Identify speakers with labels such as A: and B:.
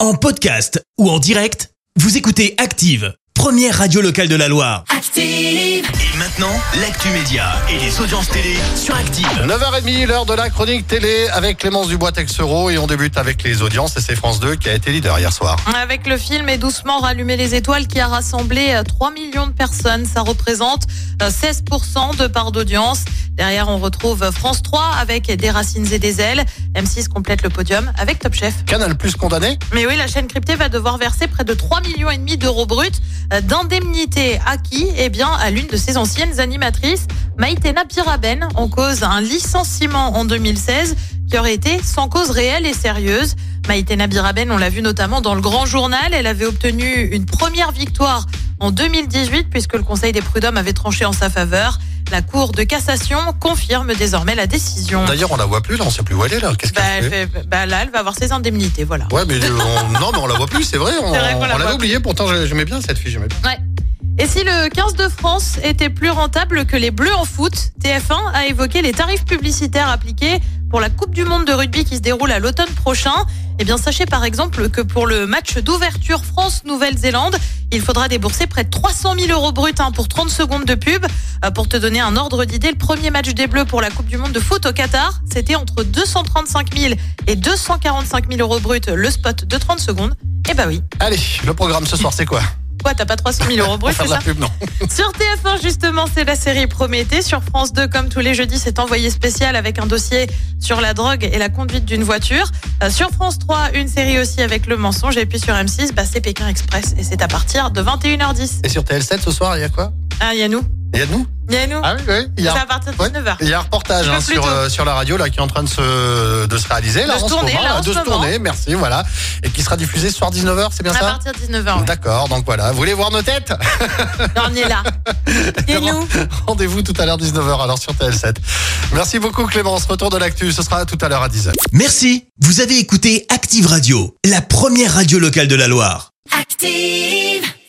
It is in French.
A: En podcast ou en direct, vous écoutez Active, première radio locale de la Loire.
B: Active.
A: Et maintenant, l'actu média et les audiences télé sur Active.
C: 9h30, l'heure de la chronique télé avec Clémence Dubois-Texereau et on débute avec les audiences et c'est France 2 qui a été leader hier soir.
D: Avec le film Et doucement rallumer les étoiles qui a rassemblé euh, 3 millions de personnes, ça représente euh, 16% de part d'audience. Derrière, on retrouve euh, France 3 avec Des racines et des ailes. M6 complète le podium avec Top Chef.
C: Canal Plus condamné
D: Mais oui, la chaîne cryptée va devoir verser près de 3 millions et demi d'euros bruts euh, d'indemnité à qui Eh bien, à l'une de ses anciennes animatrices, Maïtena Piraben, en cause un licenciement en 2016 qui aurait été sans cause réelle et sérieuse. Maïtena Biraben, on l'a vu notamment dans le Grand Journal, elle avait obtenu une première victoire en 2018 puisque le Conseil des prud'hommes avait tranché en sa faveur. La Cour de cassation confirme désormais la décision.
C: D'ailleurs, on la voit plus, là, on sait plus où elle est, là. Qu'est-ce
D: Ah. Bah,
C: qu'elle
D: elle
C: fait
D: fait- bah, là, elle va avoir ses indemnités, voilà.
C: Ouais, mais euh, on- non, mais on la voit plus, c'est vrai. On,
D: C'est vrai qu'on la
C: on
D: voit
C: l'avait
D: plus.
C: oublié, pourtant j'ai- j'aimais bien cette fille, j'aimais bien.
D: Et si le 15 de France était plus rentable que les Bleus en foot, TF1 a évoqué les tarifs publicitaires appliqués pour la Coupe du Monde de rugby qui se déroule à l'automne prochain. Eh bien, sachez par exemple que pour le match d'ouverture France-Nouvelle-Zélande, il faudra débourser près de 300 000 euros bruts hein, pour 30 secondes de pub. Euh, Pour te donner un ordre d'idée, le premier match des Bleus pour la Coupe du Monde de foot au Qatar, c'était entre 235 000 et 245 000 euros bruts le spot de 30 secondes. Eh bah oui.
C: Allez, le programme ce soir, c'est quoi
D: Quoi, t'as pas 300 000 euros
C: Pour
D: bruts,
C: faire
D: c'est
C: de
D: ça
C: la pub, non
D: sur TF1, justement, c'est la série Prométhée. Sur France 2, comme tous les jeudis, c'est envoyé spécial avec un dossier sur la drogue et la conduite d'une voiture. Euh, sur France 3, une série aussi avec le mensonge. Et puis sur M6, bah, c'est Pékin Express. Et c'est à partir de 21h10.
C: Et sur TL7 ce soir, il y a quoi
D: Ah, Yannou.
C: Il y a de nous
D: Yannou.
C: Ah oui, oui, il y
D: C'est
C: a.
D: à partir de
C: Ouais.
D: 19h.
C: Il y a un reportage
D: Un peu
C: hein,
D: plus
C: sur,
D: tôt.
C: euh, sur la radio là qui est en train de se, de se réaliser là
D: De se
C: en ce
D: tourner,
C: moment,
D: là, en
C: de
D: ce
C: se
D: moment. Ah bah,
C: tourner, merci voilà et qui sera diffusé ce soir 19h, c'est bien
D: À
C: ça
D: partir de 19h. ouais.
C: Ah. D'accord, donc voilà, vous voulez voir nos têtes
D: Non, on y est là. Yannou.
C: Rendez-vous tout à l'heure 19h alors sur TL7. Merci beaucoup Clémence, retour de l'actu, ce sera tout à l'heure à 10h.
A: Merci, vous avez écouté Active Radio, la première radio locale de la Loire.
B: Active.